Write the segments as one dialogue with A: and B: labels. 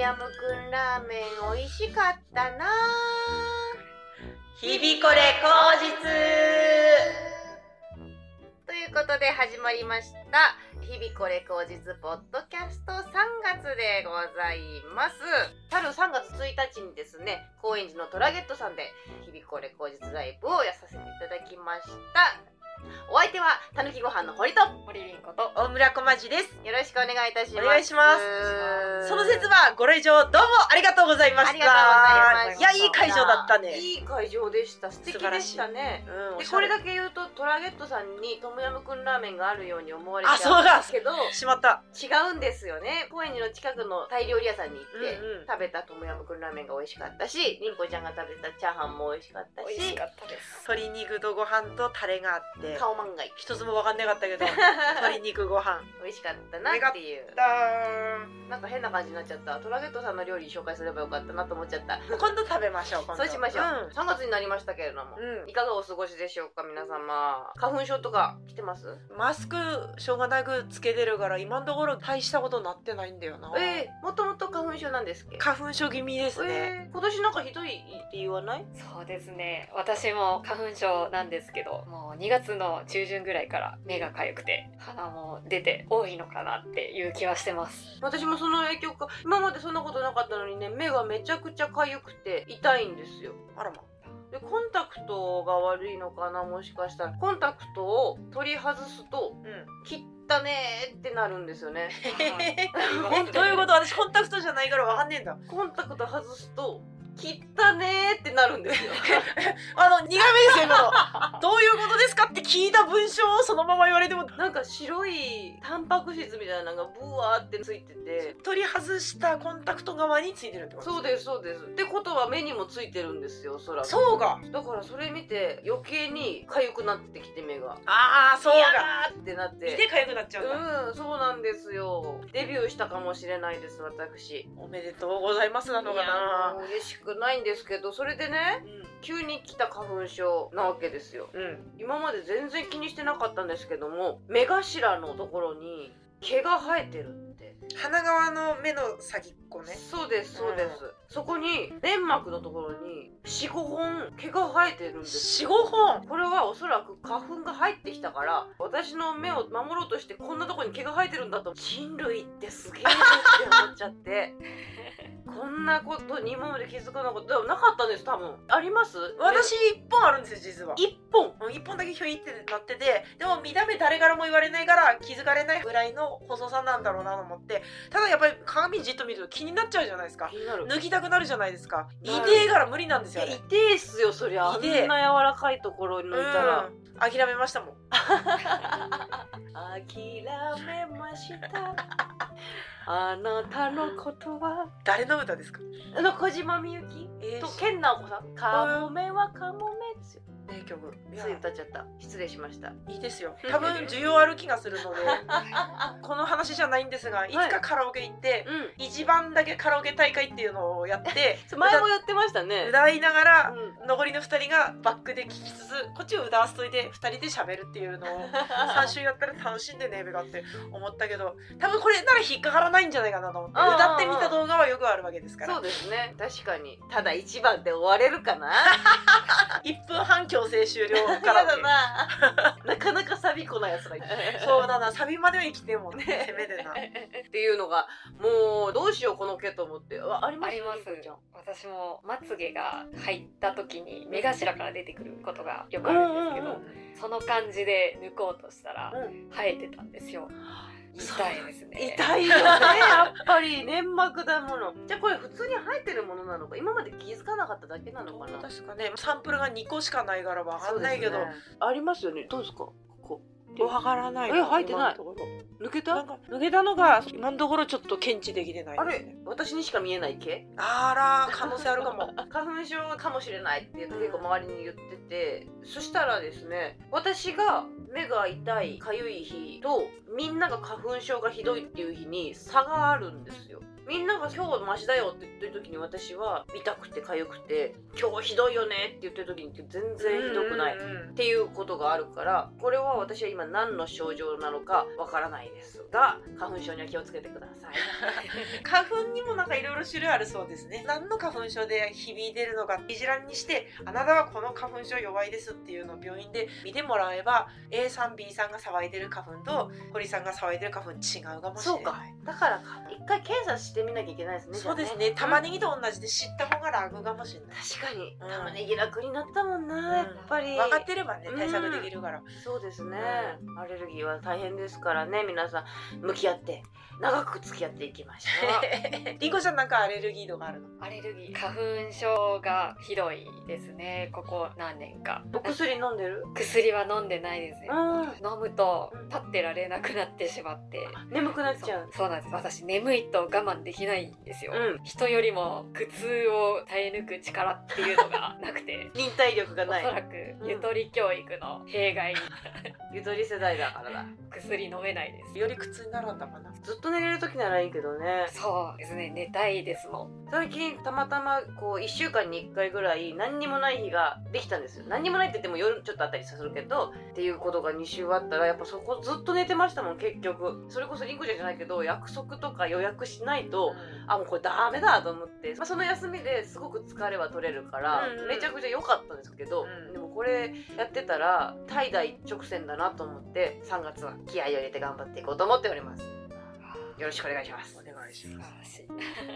A: ヤムくんラーメン美味しかったな
B: ひびこれ口実
A: ということで始まりました「日々これ口実ポッドキャスト」3月でございます去る3月1日にですね高円寺のトラゲットさんで「日々これ口実ライブ」をやらさせていただきましたお相手はたぬきご飯の堀とよ
C: 森凛子と
B: 大村こまじです
A: ろしくお願いいたします
B: お願いしますその説はご来場どうもありがとうございました
A: ありがとうございました
B: やいい会場だったね
A: いい会場でした素敵でしたね
B: うんお
A: で
B: し
A: こ
B: ゃれ
A: れだけ言うとトラゲットさんにトムヤムクンラーメンがあるように思われち
B: あ
A: ゃ
B: そう
A: うん
B: だ
A: ですけど
B: しまった
A: 違うんですよね高円寺の近くのタイ料理屋さんに行って、
B: うんうん
A: 食べたトムヤムクンラーメンが美味しかったしりんこちゃんが食べたチャーハンも美味しかったし
C: 美味しかったです
B: 鶏肉とご飯とタレがあって
A: 顔万が一
B: 一つも分かんなかった けど鶏肉ご飯
A: 美味しかったなっていう
B: だーん
A: なんか変な感じになっちゃったトラゲットさんの料理紹介すればよかったなと思っちゃった
B: 今度食べましょう今度
A: そうしましょう、3月になりましたけれども、
B: うん
A: いかがお過ごしでしょうか皆様花粉症とか来てます
B: うんマスクしょうがなくつけてるから今のところ大したことなってないんだよな
A: えー、もともと花粉症なんですっけ
B: 花粉症気味ですね、
A: えー今年なんかひどいって言わない
C: そうですね私も花粉症なんですけどもう2月の中旬ぐらいから目が痒くて鼻も出て多いのかなっていう気はしてます
A: 私もその影響か今までそんなことなかったのにね目がめちゃくちゃ痒くて痛いんですよ
B: あらま
A: でコンタクトが悪いのかなもしかしたらコンタクトを取り外すと
B: う
A: 切ったねーってなるんですよね
B: ん どういうこと私コンタクトじゃないからわかんねえんだ
A: コンタクト外すと切ったねーってなるん ですよ
B: あの苦めですよ今のどういうことですかって聞いた文章をそのまま言われても
A: なんか白いタンパク質みたいなのがブワーってついてて
B: 取り外したコンタクト側についてるってこと
A: そうですそうですってことは目にもついてるんですよおそらく
B: そうか
A: だからそれ見て余計に痒くなってきて目が
B: ああそう
A: 嫌
B: か
A: だーってなって
B: 見て痒くなっちゃうんだ、
A: うんそうなんですよデビューしたかもしれないです私
B: おめでとうございますなの
A: い
B: か
A: や
B: な
A: もう嬉しくないんですけどそれでね急に来た花粉症なわけですよ
B: うん、
A: 今まで全然気にしてなかったんですけども目頭のところに毛が生えてるって、
B: 鼻側の目の先っこね
A: そうですそうです、そこに粘膜のところに45本毛が生えてるんです
B: 45本
A: これはおそらく花粉が入ってきたから私の目を守ろうとしてこんなとこに毛が生えてるんだと人類ってすげえなって思っちゃって こんなことに今まで気づかなかったでもなかったんです多分あります
B: 私1本あるんですよ実は
A: 一本
B: うん一本だけひょいってなっててでも見た目誰からも言われないから気づかれないぐらいの細さなんだろうなと思ってただやっぱり鏡じっと見ると気になっちゃうじゃないですか
A: 気になる
B: 抜きたくなるじゃないですか
A: な
B: 痛
A: る
B: えから無理なんですよ
A: いや
B: ね
A: 痛えっすよそりゃあん
B: 痛
A: な
B: え
A: 柔らかいところに
B: う
A: 抜いたら
B: ん諦めましたもん
A: 諦めましたあなたのことは
B: 誰の歌ですか
A: あの小島みゆき
B: えー、
A: と
B: し
A: 健直子さん「かもめはかもめ」ですよ
B: 名曲いや
A: つい歌っちゃった失礼しました
B: いいですよ多分需要ある気がする のでこの話じゃないんですがいつかカラオケ行って、
A: うん
B: 一番だけカラオケ大会っていうのをや って
A: そう前もやってましたね
B: 歌いなが
A: う
B: ら
A: ん
B: 残りの2人がバックで聴きつつこっちを歌わせといて2人で喋るっていうのを3週やったら楽しんでねえべかって思ったけど多分これなら引っかからないんじゃないかなと思って
A: あー
B: 歌ってみた動画はよくあるわけですから
A: そうですね確かにただ一番で終われるかな
B: 1分半強制終了
A: や
B: から
A: だななかなかサビこないやつが いる
B: そうだなサビまでは生きてんもんねせめてな
A: っていうのがもうどうしようこの毛と思ってあありま
C: あ
A: す
C: ります
A: ちゃん
C: 私もまつげが入った時に目頭から出てくることがよくあるんですけど、
A: うんうん
C: その感じで抜こうとしたら
B: う
C: 生えてたんですよ痛いですね
A: 痛いよ ねやっぱり粘膜だものじゃあこれ普通に生えてるものなのか今まで気づかなかっただけなの
B: ど
A: か
B: う
A: な
B: 確かねサンプルが2個しかないからわかんないけど、
A: そうですねありますよねどうですかここ
B: わからない
A: え入ってない
B: 今のところ
A: 抜け
B: なん
A: た
B: か抜けたのが今のところちょっと検知できてない
A: あ
B: です
A: れ
B: ね
A: 私にしか見えない毛
B: あら可能性あるかも
A: 花粉症かもしれないって結構周りに言ってて、そしたらですね私が目が痛いかゆい日とみんなが花粉症がひどいっていう日に差があるんですよみんなが今日マシだよって言ってる時に私は痛くて痒くて今日ひどいよねって言ってる時に全然ひどくない
B: うんうんうん
A: っていうことがあるからこれは私は今何の症状なのかわからないですが花粉症には気をつけてくだ さい
B: 花粉にもなんかいろいろ種類あるそうですね何の花粉症で響いてるのかビジラにしてあなたはこの花粉症弱いですっていうのを病院で見てもらえば A さん B さんが騒いでる花粉と堀さんが騒いでる花粉違うかもしれ
A: そ
B: ない
A: うかだからか一回検査してみなきゃいけないですね
B: そうです
A: じゃあ
B: ね玉ねぎと同じで知った方が楽かもしれない
A: 確かに
B: うん
A: 玉ねぎ楽になったもんな、
B: うん
A: やっぱり
B: 分かってればね対策できるから、
A: そうですね、アレルギーは大変ですからね皆さん向き合って長く付き合っていきましょ
B: りんごちゃんなんかアレルギー度があるの
C: アレルギー花粉症がひどいですねここ何年か
A: うお薬飲んでる
C: 薬は飲んでないですね
A: うん
C: 飲むと立ってられなくなってしまって
A: 眠くなっちゃう
C: そうそうなんです私眠いと我慢できないんですよ、
A: うん
C: 人よりも苦痛を耐え抜く力っていうのがなくて
A: 忍耐力が
C: お そ
A: ない
C: らくゆとり教育の弊害に
A: ゆとり世代だからだ
C: 薬飲めないです
B: より苦痛になるんだかな
A: ずっと寝れる時ならいいけどね
C: そうですね寝たいですもん
A: 最近たまたまこう1週間に1回ぐらい何にもない日ができたんですよ何にもないって言っても夜ちょっとあったりするけどっていうことが2週あったらやっぱそこずっと寝てましたもん結局それこそリンコちゃんじゃないけど約束とか予約しないとあもうこれダメだと思って、まあ、その休みですごく疲れは取れるから、
B: うんうん
A: めちゃくちゃ良かったんですけど、
B: うん
A: でもこれやってたら怠惰一直線だなと思って3月は気合を入れて頑張っていこうと思っておりますよろしくお願いします
B: お願いし
C: 素晴
B: ま
C: らしい
B: す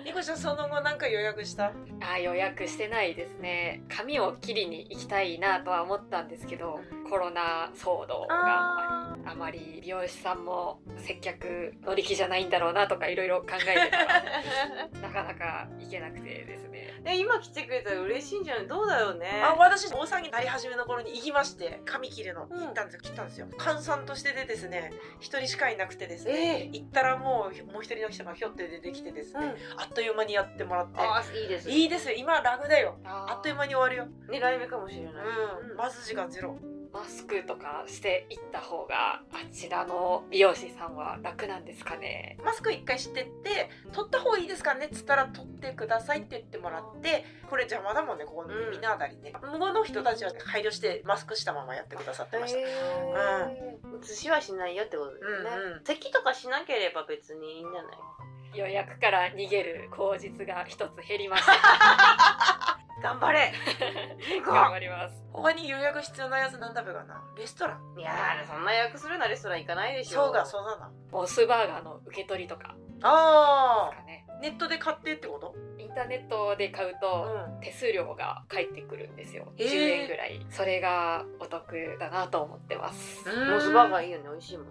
B: りんごちゃんその後なんか予約した
C: あ予約してないですね髪を切りに行きたいなとは思ったんですけどコロナ騒動が
A: あ
C: あまり美容師さんも接客乗り気じゃないんだろうなとかいろいろ考えてたらなかなか行けなくてですね
A: え今来てくれたら嬉しいんじゃないどうだろうね
B: あ私大騒ぎになり始めの頃に行きまして髪切るの
A: うん
B: 行ったんですよ、切ったんですよ閑散としてでですね一人しかいなくてですね
A: ええ
B: 行ったらもうもう一人の人がひょって出てきてですね、
A: うん
B: あっという間にやってもらって
A: あいいです
B: いいですよ今楽だよ
C: あ
B: あっという間に終わるよ、
A: 狙い目かもしれない、
B: うん、まず時間ゼロ
C: マスクとかして行った方があちらの美容師さんは楽なんですかね
B: マスク一回してって取った方がいいですかねっつったら取ってくださいって言ってもらってこれ邪魔だもんねここの
A: うん
B: みんなあたりね、向こうの人たちは配慮してマスクしたままやってくださってました、
A: う移しはしないよってことですね、
B: うんうん
A: 咳とかしなければ別にいいんじゃない
C: 予約から逃げる口実が一つ減りました
A: 頑張れ
C: 頑張ります
B: 他に予約必要なやつなんだべかなレストラン
A: いやーそんな予約するようなレストラン行かないでしょ
B: そうがそうだな
C: モスバーガーの受け取りとか
B: あ
C: ですかね
B: あネットで買ってってこと
C: インターネットで買う
B: う
C: と
B: ん
C: 手数料が返ってくるんですよ、
B: えー
C: 10円ぐらいそれがお得だなと思ってます、
A: モスバーガ
B: ー
A: ーいいよね美味しいもん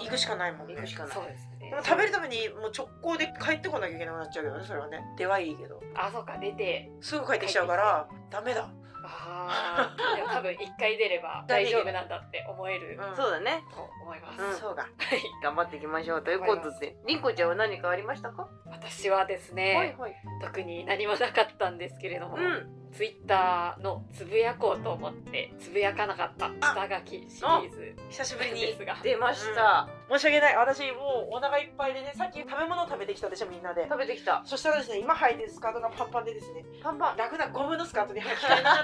B: 行くしかないもんね
A: 行くしかない
C: そうですね
B: でも食べるためにもう直行で帰ってこなきゃいけなくなっちゃうけどねそれはねではいいけど
C: あそうか出て
B: すぐ帰ってきちゃうからダメだ
C: あーでも多分一回出れば大丈夫なんだって思える
B: うん
A: そうだね
C: と思います、
A: うん
B: そうが
C: はい
A: 頑張っていきましょうということでりんこちゃんは何かありましたか、
C: 私はです
A: はい
C: ね
A: はい
C: 特に何もなかったんですけれども、
A: うん
C: ツイッターのつぶやこうと思ってつぶやかなかった下書きシリーズ
B: 久しぶり
C: で
B: に
C: すが
A: 出ました、
B: 申し訳ない私もうお腹いっぱいでねさっき食べ物食べてきたでしょみんなで
A: 食べてきた
B: そしたらですね今履いてるスカートがパンパンでですね
A: パンパン
B: 楽なゴムのスカートに履 き替えなが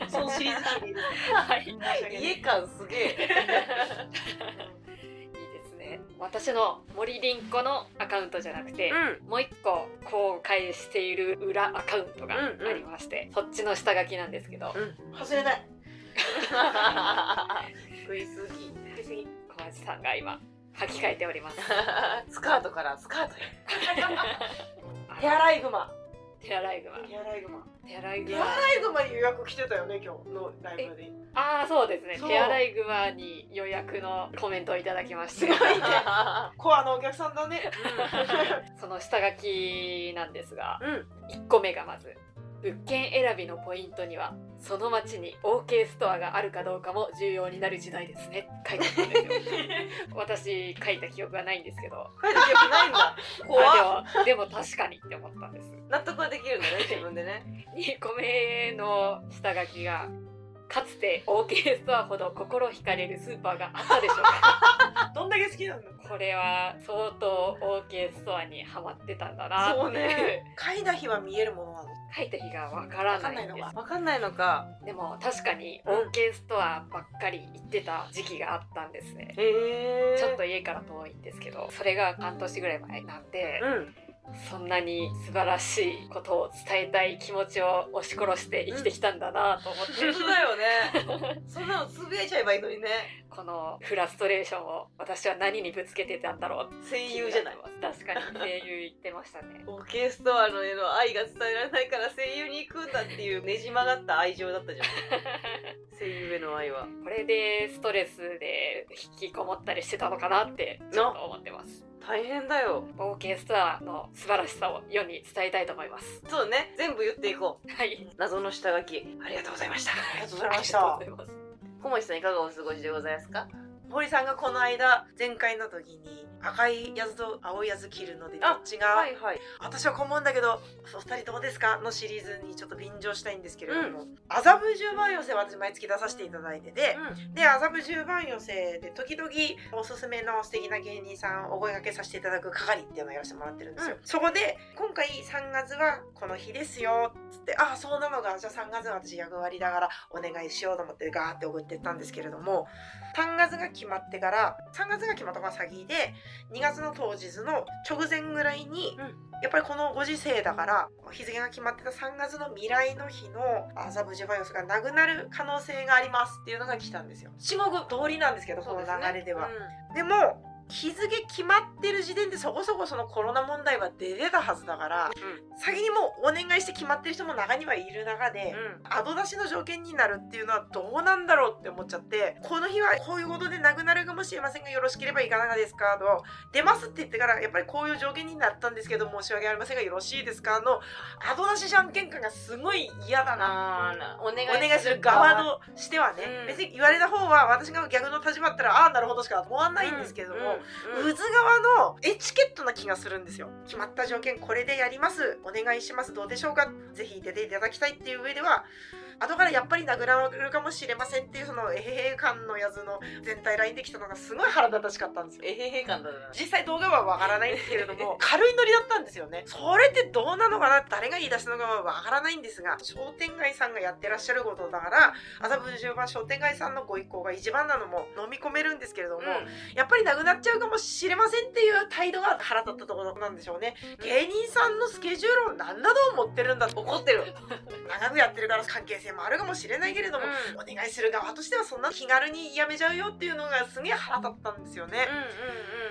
B: らそのシリーズ聞いていいです
C: はいい
B: か申
C: い
B: し訳ない
A: 家感すげえ
C: ですね私の森凛子のアカウントじゃなく て、
A: うん
C: もう一個公開している裏アカウントがあ
A: うんうん
C: りまして、そっちの下書きなんで すけど
B: 外れない
A: 食いすぎ
C: 小町さんが今書き換えてお ります。
A: スカートからスカートへ
B: 手洗いグマ
C: テラライグマ。
B: 手洗いグマ
C: テラライグ
B: 手
C: マ。
B: 洗いグマに予約来てたよね今日のライブで
C: ああ、そうですね。
B: そう
C: テラライグマに予約のコメントをいただきまし
B: す
C: て、
B: ごいねコアのお客さんだね
C: その下書きなんですが、
A: うん
C: 1個目がまず、物件選びのポイントには、その町に OK ストアがあるかどうかも重要になる時代ですね。書いてあったんですよ。私、書いた記憶はないんですけど、
A: 書いて記憶ないんだ 怖っ
C: あでも、でも確かにって思ったんです。
A: 納得はできるんだね自分でね
C: 2個目の下書きがかつて OK ストアほど心惹かれるスーパーがあったでしょうか
B: どんだだけ好きなんだ
C: これは相当 OK ストアにはまってたんだなっていう
B: そう嗅いだ日は見えるものなの
C: 書いた日がわから
B: わか
C: なんいんで
B: ない
C: す
B: のかわかんないのか
C: でも確かに
B: うん
C: OK ストアばっかり行ってた時期があったんですね、
B: へえ
C: ちょっと家から遠いんですけどそれが半年ぐらい前なんで、
B: うん
C: そんなに素晴らしいことを伝えたい気持ちを押し殺して生きてきたんだなと思って、
B: 本当だよ ねそんなのつぶやいちゃえばいいのにね
C: このフラストレーションを私は何にぶつけてたんだろうって
B: 声優じゃないわ
C: 確かに声優言ってましたね
B: オーケストラの絵の愛が伝えられないから声優に行くんだっていうねじ曲がった愛情だったじゃん声優への愛は
C: これでストレスで引きこもったりしてたのかなってちょっと思ってます
B: 大変だよ
C: OK ストアの素晴らしさを世に伝えたいと思います
B: そうね全部言っていこう
C: はい
B: 謎の下書きありがとうございましたありがとうございまし
C: あ
B: た
C: りがとうございます
A: 小森さんいかがお過ごしでございますか
B: 堀さんがこの間前回の時に赤いやつと青いやつ着るのでど
A: あ
B: っちが、
A: はいはい
B: 私はこう思うんだけどお二人どうですかのシリーズにちょっと便乗したいんですけれども麻布十番寄せ私毎月出させていただいてて、で麻布十番寄せで時々おすすめの素敵な芸人さんをお声掛けさせていただく係っていうのをやらせてもらってるんですよ、そこで今回3月はこの日ですよっつってああそうなのかじゃあ3月は私役割だからお願いしようと思ってガーって送ってったんですけれども3月が決まってから3月が決まったのが先で2月の当日の直前ぐらいに、
A: うん
B: やっぱりこのご時世だから日付が決まってた3月の未来の日の麻布十番寄せがなくなる可能性がありますっていうのが来たんですよ下国通りなんですけどこの流れでは
A: う
B: で,、
A: ん
B: も日付決まってる時点でそこそこそのコロナ問題は出てたはずだから先にもうお願いして決まってる人も中にはいる中で、
A: うん
B: 後出しの条件になるっていうのはどうなんだろうって思っちゃってこの日はこういうことでなくなるかもしれませんがよろしければいかがですかと出ますって言ってからやっぱりこういう条件になったんですけど申し訳ありませんがよろしいですかの後出しじゃんけん感がすごい嫌だな。
A: あーなお願
B: お願いする側のしてはね、
A: うん
B: 別に言われた方は私が逆の立場だったらああなるほどしか思わないんですけれども、
A: うんうん
B: 渦側のエチケットな気がするんですよ決まった条件これでやりますお願いしますどうでしょうかぜひ出ていただきたいっていう上では後からやっぱり殴られるかもしれませんっていうそのえへへ感のやつの全体ラインできたのがすごい腹立たしかったんですよ
A: えへへ感だな
B: 実際動画はわからないんですけれど も軽いノリだったんですよねそれってどうなのかな誰が言い出したのかはわからないんですが商店街さんがやってらっしゃることだから麻布十番商店街さんのご意向が一番なのも飲み込めるんですけれども、やっぱりなくなっちゃうかもしれませんっていう態度が腹立ったところなんでしょうね芸人さんのスケジュールを何だと思ってるんだ怒ってる 長くやってるから関係性もあるかもしれないけれども、
A: う
B: お願いする側としてはそんな気軽にやめちゃうよっていうのがすげえ腹立ったんですよね、
A: うんうん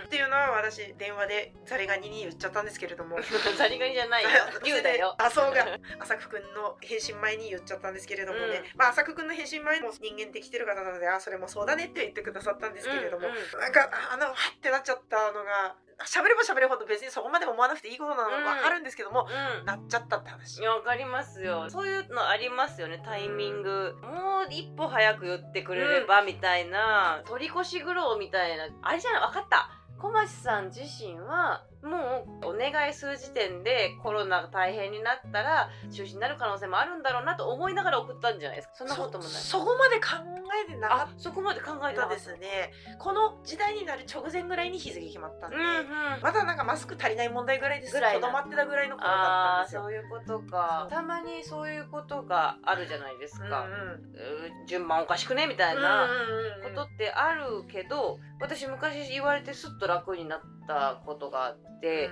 B: っていうのは私電話でザリガニに言っちゃったんですけれども
A: うん ザリガニじゃない よ竜だよ
B: あそうが浅久くんの返信前に言っちゃったんですけれどもね、まあ浅久くんの返信前も人間できてる方なのであそれもそうだねって言ってくださったんですけれども、
A: うんうん
B: なんかああのはってなっちゃったのが喋れば喋るほど別にそこまで思わなくていいことなの
A: うん
B: は分かるんですけども、
A: うん
B: なっちゃったって話
A: いやわかりますよそういうのありますよねタイミングもう一歩早く言ってくれればみたいな、取り越し苦労みたいなあれじゃない分かった小町さん自身はもうお願いする時点でコロナが大変になったら中止になる可能性もあるんだろうなと思いながら送ったんじゃないですかそんなこともない
B: そそこまで考えてなか
A: あそこまで考え
B: ったた
A: んで
B: ですすねこの時代になる直前ぐらいに日付決まったん
A: う
B: で、
A: んうん
B: まだなんかマスク足りない問題ぐらいです
A: ぐ
B: と
A: らいな
B: どまってたぐらいの頃だったん
A: あ
B: で
A: ー
B: すよ。
A: そういうことかたまにそういうことがあるじゃないです
B: うんう
A: か、
B: ん
A: うー順番おかしくねみたいな、
B: うんうんう
A: こ
B: ん
A: とってあるけど私昔言われてすっと楽になったことがあって、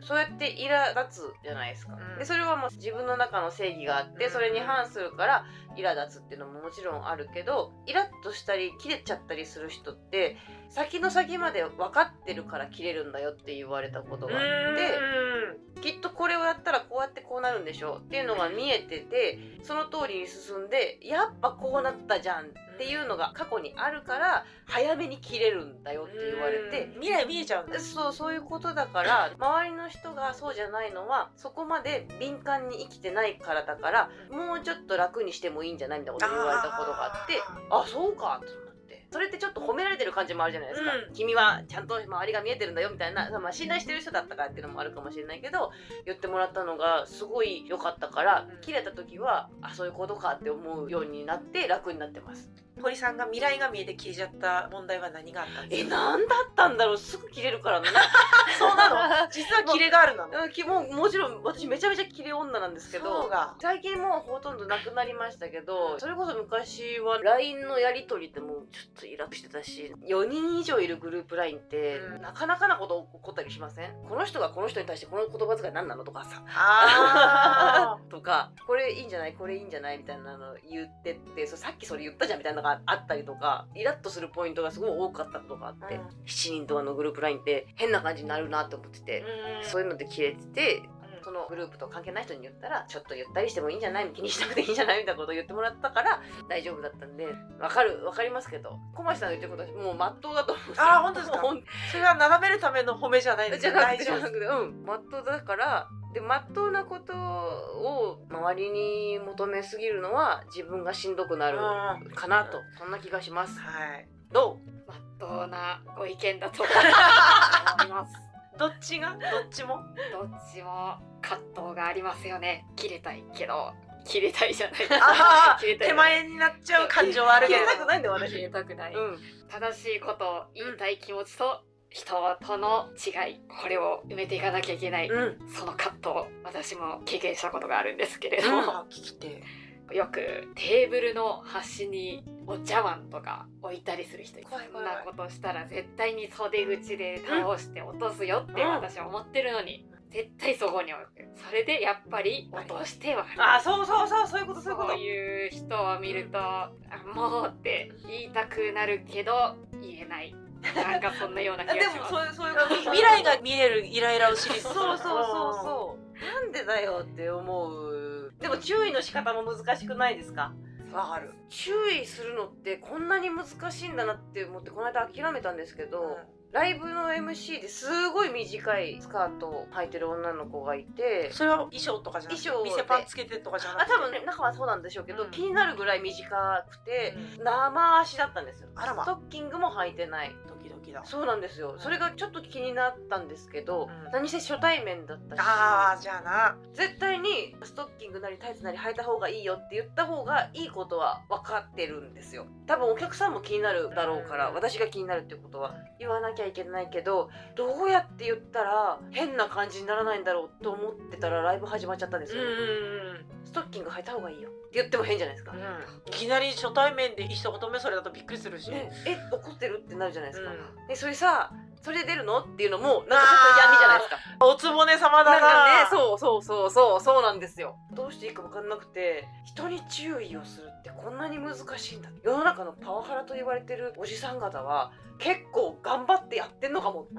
A: そうやって苛立つじゃないですか、
B: うん
A: でそれはもう自分の中の正義があっ
B: う
A: て
B: ん
A: それに反するから苛立つっていうのももちろんあるけどイラッとしたり切れちゃったりする人って先の先まで分かってるから切れるんだよって言われたこと
B: うん
A: があって。
B: うん
A: きっとこれをやったらこうやってこうなるんでしょうっていうのが見えててその通りに進んでやっぱこうなったじゃんっていうのが過去にあるから早めに切れるんだよって言われて
B: うん。未来見えちゃうんだ
A: そうそういうことだから周りの人がそうじゃないのはそこまで敏感に生きてないからだからもうちょっと楽にしてもいいんじゃないみたいなこと言われたことがあってあそうかと思ってそれってちょっと褒められてる感じもあるじゃないですか、
B: うん
A: 君はちゃんと周りが見えてるんだよみたいな、まあ、信頼してる人だったからっていうのもあるかもしれないけど言ってもらったのがすごい良かったから
B: うん
A: 切れた時はあそういうことかって思うようになって楽になってます
B: 堀さんが未来が見えて消えちゃった問題は何があったんです
A: え
B: か
A: 何だったんだろうすぐ切れるからね
B: そう なの実はキレがあるなの
A: うんきもうもちろん私めちゃめちゃ切れ女なんですけ
B: そう
A: ど
B: が
A: 最近もうほとんどなくなりましたけどそれこそ昔は LINE のやり取りってもうちょっとイラッとしてたし4人以上いるグループ LINE って
B: うん
A: なかなかなこと起こったりしませんこの人がこの人に対してこの言葉遣い何なのとかさ
B: あ
A: とかこれいいんじゃないこれいいんじゃないみたいなの言ってってそうさっきそれ言ったじゃんみたいなのがあったりとかイラッとするポイントがすごい多かったことがあって、
B: うん
A: 7人とかのグループ LINE って変な感じになるなって思ってて、
B: ー
A: そういうので切れてて
B: うん
A: そのグループと関係ない人に言ったらちょっとゆったりしてもいいんじゃない気にしなくていいんじゃないみたいなことを言ってもらったから大丈夫だったんでわかるわかりますけど小町さんの言ってることはもう真っ当だと思うんですよ
B: あー本当ですか
A: もう
B: それは斜めるための褒めじゃないです
A: じゃ
B: よ
A: な
B: 大
A: くて
B: 丈
A: じゃな
B: 夫
A: くてうんまっとうだからでまっとうなことを周りに求めすぎるのは自分がしんどくな
B: うん
A: る
B: は
A: かなとそんな気がします
B: い
A: どう
C: まっとうなご意見だと思います。
B: どっちがどっちも
C: どっちも葛藤がありますよね。切れたいけど、切れたいじゃない。
B: あー
C: 切れたい
B: 手前になっちゃう感情はあるけれ
A: 消
B: ど
A: えたくないんだよ
C: 切
A: 私
C: れたくない。
A: うん
C: 正しいことを言いたい気持ちと人との違い、これを埋めていかなきゃいけない。
B: うん
C: その葛藤、私も経験したことがあるんですけれども、
B: あ聞きて
C: よくテーブルの端にお茶碗とか置いたりする人いる
B: 怖い
C: こ
B: 怖
C: ん
B: い怖
C: ないことしたら絶対に袖口で倒して落とすよって
B: うん
C: 私は思ってるのに、絶対そこに置くそれでやっぱり落としては
B: あそうそうそうそういうことそういうこ
C: そ
B: と
C: ういう人を見ると「あもう」って言いたくなるけど言えないなんかそんなような気
A: あ
C: が
A: で
C: し
A: も
C: ます
A: そういうそういう
B: み未来が見えるイライラを知り
A: そ
B: そう
A: うそうそうそうなんでだよって思うでも注意の仕方も難しくないですか
B: わかる
A: 注意するのってこんなに難しいんだなって思ってこの間諦めたんですけど、ライブの MC ですごい短いスカートを履いてる女の子がいて
B: それは衣装とかじゃなくて
A: 衣装で
B: 店パンつけてとかじゃな
A: あ
B: くて
A: 多分ね中はそうなんでしょうけど、
B: うん
A: 気になるぐらい短くて、
B: うん
A: 生足だったんですよ
B: あらま
A: ストッキングも履いてない
B: ドキドキだ
A: そうなんですよ、
B: うん
A: それがちょっと気になったんですけど、
B: うん
A: 何せ初対面だったし
B: あーじゃあな
A: 絶対にストッキングなりタイツなり履いた方がいいよって言った方がいいことは分かってるんですよ多分お客さんも気になるだろうから、
B: うん
A: 私が気になるってことは言わなきゃいけないけどどうやって言ったら変な感じにならないんだろうと思ってたらライブ始まっちゃったんですよ、ストッキング履いた方がいいよって言っても変じゃないですか、
B: うんいきなり初対面で一言目それだとびっくりするし、
A: ね、え怒ってるってなるじゃないですか、
B: うん
A: えそれさそれで出るのっていうのもなんかちょっと嫌味じゃないですか
B: おつぼね様
A: な
B: だな
A: か
B: ん
A: ね、そうそうそうそうそうなんですよ。どうしていいか分かんなくて人に注意をするってこんなに難しいんだ世の中のパワハラと言われてるおじさん方は結構頑張ってやってんのかもって
B: う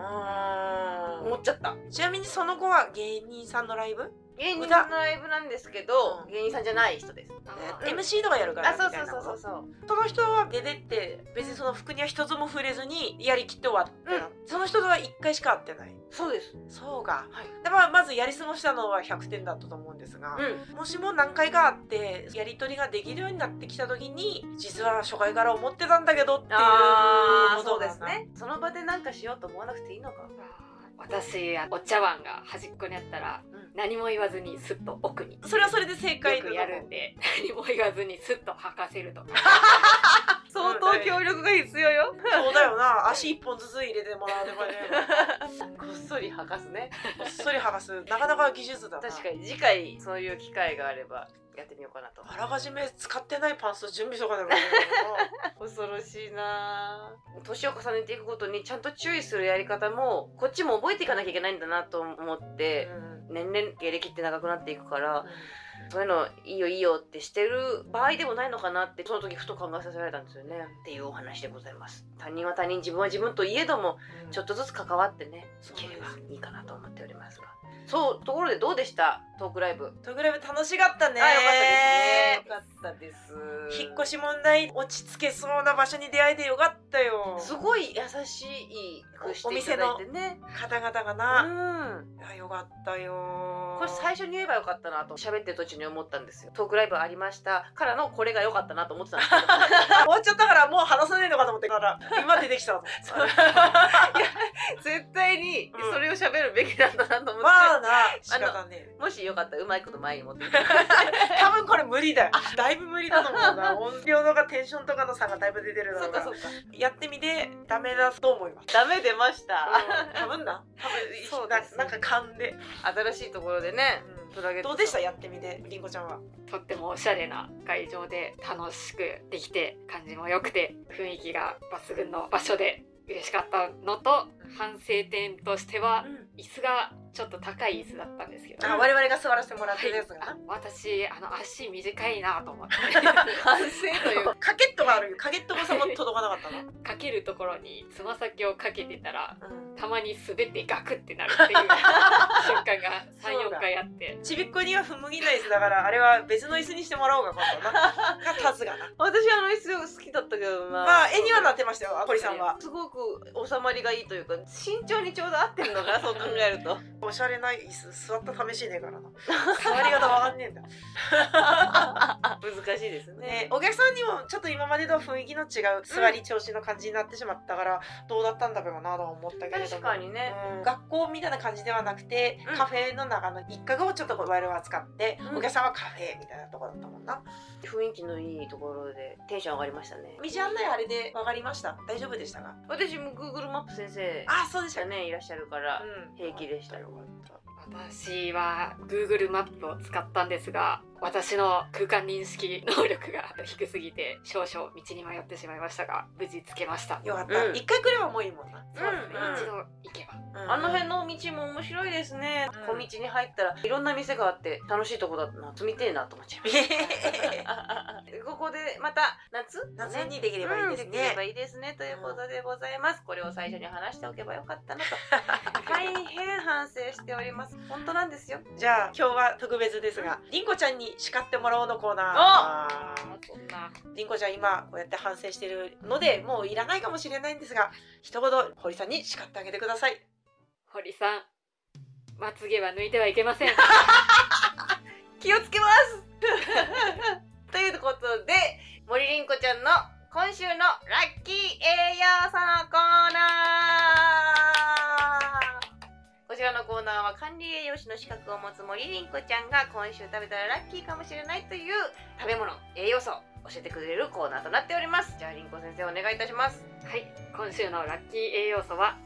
A: 思っちゃった
B: ーんちなみにその後は芸人さんのライブ、
A: 芸人さんのライブなんですけど
B: うん
A: 芸人さんじゃない人です
C: あ
A: うん
B: MC とかやるから
A: あ
B: み
A: そう
B: たい
A: そう
B: な
A: そうそう
B: う
A: そう
B: その人は出てって別にその服には一つも触れずにやりきって終わったな、その人とは一回しか会ってない
A: そうです
B: そうか、
A: はい
B: でまあ、まずやり過ごしたのは100点だったと思うんですが、
A: う
B: もしも何回かあってやり取りができるようになってきた時に実は初回から思ってたんだけどっていう
A: ああ
B: こと
A: そう
B: だ
A: で
B: な
A: すねその場でなんかしようと思わなくていいのか
C: 私お茶碗が端っこにあったら、
B: うん
C: 何も言わずにスッと奥に
B: それはそれで正解
C: よ
B: だと
C: く
B: 思う
C: やるんで何も言わずにスッと吐かせる とか
A: 相当協力が必要よ
B: そうだよな足一本ずつ入れてもらうとかね
A: こっそり吐かすね
B: こっそり剥がすなかなか技術だな
A: 確かに次回そういう機会があればやってみようかなと
B: あらかじめ使ってないパンツと準備とかでもいい
A: 恐ろしいなぁ年を重ねていくごとにちゃんと注意するやり方もこっちも覚えていかなきゃいけないんだなと思って、年々芸歴って長くなっていくからそういうのいいよいいよってしてる場合でもないのかなってその時ふと考えさせられたんですよねっていうお話でございます他人は他人自分は自分といえどもちょっとずつ関わってねい
B: そうです
A: ければいいかなと思っておりますがそうところでどうでしたトークライブ
B: とぐらい楽しかったね
A: あよかったですねよかったです
B: 引っ越し問題落ち着けそうな場所に出会えてよかったよ
A: すごい優しくしていただいてね。
B: 方々が
A: う
B: な、
A: ん、
B: いやよかったよ
A: これ最初に言えばよかったなと喋ってる途中に思ったんですよ。トークライブありましたからのこれが良かったなと思ってたんです けど。
B: 終わっちゃったからもう話さないのかと思ってから今出てきたのいや
A: 絶対にそれを喋るべきなんだなと思って、
B: まあな仕方ね
A: もしよかったらうまいこと前に持ってきて
B: 多分これ無理だよだいぶ無理だと思うな音量とかテンションとかの差がだいぶ出てるだ
A: そ
B: ろ
A: っ
B: う
A: か
B: か
A: そっか
B: やってみてダメだと思います
A: ダメ出ました、
B: 多分な多分
A: そう
B: な
A: ですね
B: なんか勘で、
A: 新しいところでねトラゲットさん
B: どうでしたやってみてりんごちゃんは
C: とってもおしゃれな会場で楽しくできて感じも良くて雰囲気が抜群の場所で嬉しかったのと反省点としては椅子がちょっと高い椅子だったんですけど。
B: あ我々が座らせてもらってるやつがな、
C: あ私あの足短いなと思って
A: 反省というか
B: カケットがあるよカケットもさも届かなかったの、
C: かけるところにつま先をかけてたら
B: うん
C: たまに滑ってガクってな るっていう瞬間が
B: そうだ
C: 34回あって
B: ちびっこには不麦な椅子だからあれは別の椅子にしてもらおうか今度ながタズがな
A: 私あの椅子好きだったけどまあ、
B: まあ絵にはなってましたよあこりさんは
A: すごく収まりがいいというか慎重にちょうど合ってるの かなそう考えると
B: おしゃれな椅子座った試しねえからな座り方わかんねえんだ
A: 難しいですね
B: ね、お客さんにもちょっと今までとは雰囲気の違う座り調子の感じになってしまったから、どうだったんだろうなとは思ったけれど
A: 確
B: も
A: かにね、
B: うん学校みたいな感じではなくて、
A: うん
B: カフェの中の一角をちょっと我々は使って、
A: うん
B: お客さんはカフェみたいなとこだったもんな
A: 雰囲気のいいところでテンション上がりましたね
B: 道案内あれで分かりました大丈夫でしたか
A: 私も Google マップ先生
B: あそうでした
A: が
B: ね、
A: ねいらっしゃるから、
B: うん
A: 平気でした
B: よ
A: よ
B: かった
C: 私は Google マップを使ったんですが私の空間認識能力が低すぎて少々道に迷ってしまいましたが無事つけました
B: よかった
A: うん
B: 一、回来ればもういいもんな、
C: そうですね、
A: うんうん
C: 一度行けば
B: うん
A: あの辺の道も面白いですね、小
B: うん
A: 道に入ったらいろんな店があって楽しいとこだったな住みてえなと思っちゃい ましたここでまた夏
B: 夏
A: ね
B: にできればいいです
A: うんできれば
B: ね、
A: いいですねということでございます、これを最初に話しておけばよかったなと大変反省しております本当なんですよ
B: じゃあ今日は特別ですがりんこちゃんに叱ってもらおうのコーナー
C: あそんな
B: りんこちゃん今こうやって反省してるのでもういらないかもしれないんですが一言堀さんに叱ってあげてください
C: 堀さんまつげは抜いてはいけません
A: 気をつけます ということで森凛子ちゃんの今週のラッキー栄養素のコーナーこちらのコーナーは管理栄養士の資格を持つ森凛子ちゃんが今週食べたらラッキーかもしれないという食べ物栄養素を教えてくれるコーナーとなっておりますじゃあ凛子先生お願いいたします
C: はい今週のラッキー栄養素は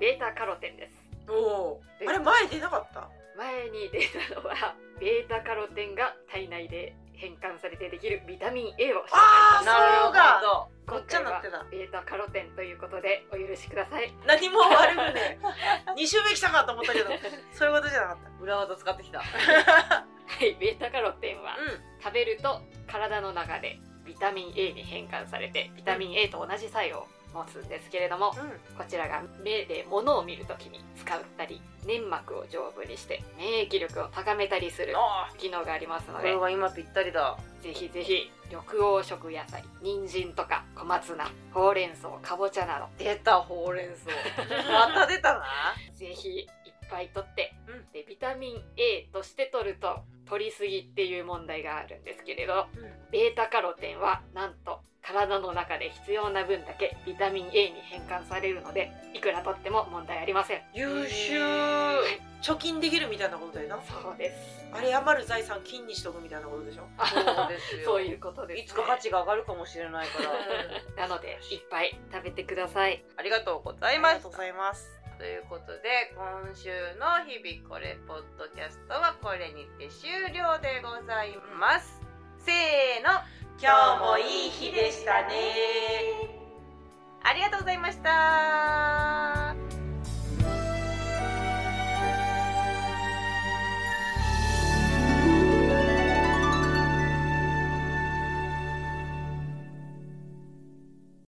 C: ベータカロテンです
B: おおーあれ前出なかった
C: 前に出たのはベータカロテンが体内で変換されてできるビタミン A を紹介し
B: あー
C: まし
B: なる
C: た
B: ほ
A: ど
B: どごっちゃになってた
C: ベータカロテンということでお許しください
B: 何も悪くね2 週目来たかと思ったけどそういうことじゃなかっ
A: 裏技使ってきたうん
C: はいベータカロテンは食べると体の中でビタミン A に変換されてビタミン A と同じ作用を持つんですけれども
B: うん
C: こちらが目で物を見るときに使ったり粘膜を丈夫にして免疫力を高めたりする
A: あ
C: 機能があります
A: ー
C: の
A: こ
C: で
A: れは今ぴったりだ
C: ぜひぜひ緑黄色野菜人参とか小松菜ほうれん草かぼちゃなど
A: 出たほうれん草また出たな
C: ぜひいっぱい取って、
A: うん
C: でビタミン A として取ると取りすぎっていう問題があるんですけれど、
A: うん
C: ベータカロテンはなんと体の中で必要な分だけビタミン A に変換されるのでいくら取っても問題ありません
B: 優秀貯金できるみたいなことだよな
C: そうです
B: あれ余る財産金にしとくみたいなことでしょ
A: そうですよ
C: そういうことです、ね、
A: いつか価値が上がるかもしれないから
C: なのでいっぱい食べてください
A: ありがとうござ
B: あ
A: い
B: り
A: ま
B: が
A: した
B: とうございます
A: ということで今週の「日々これポッドキャスト」はこれにて終了でございますせーの
B: 今日もいい日でしたね
A: ありがとうございました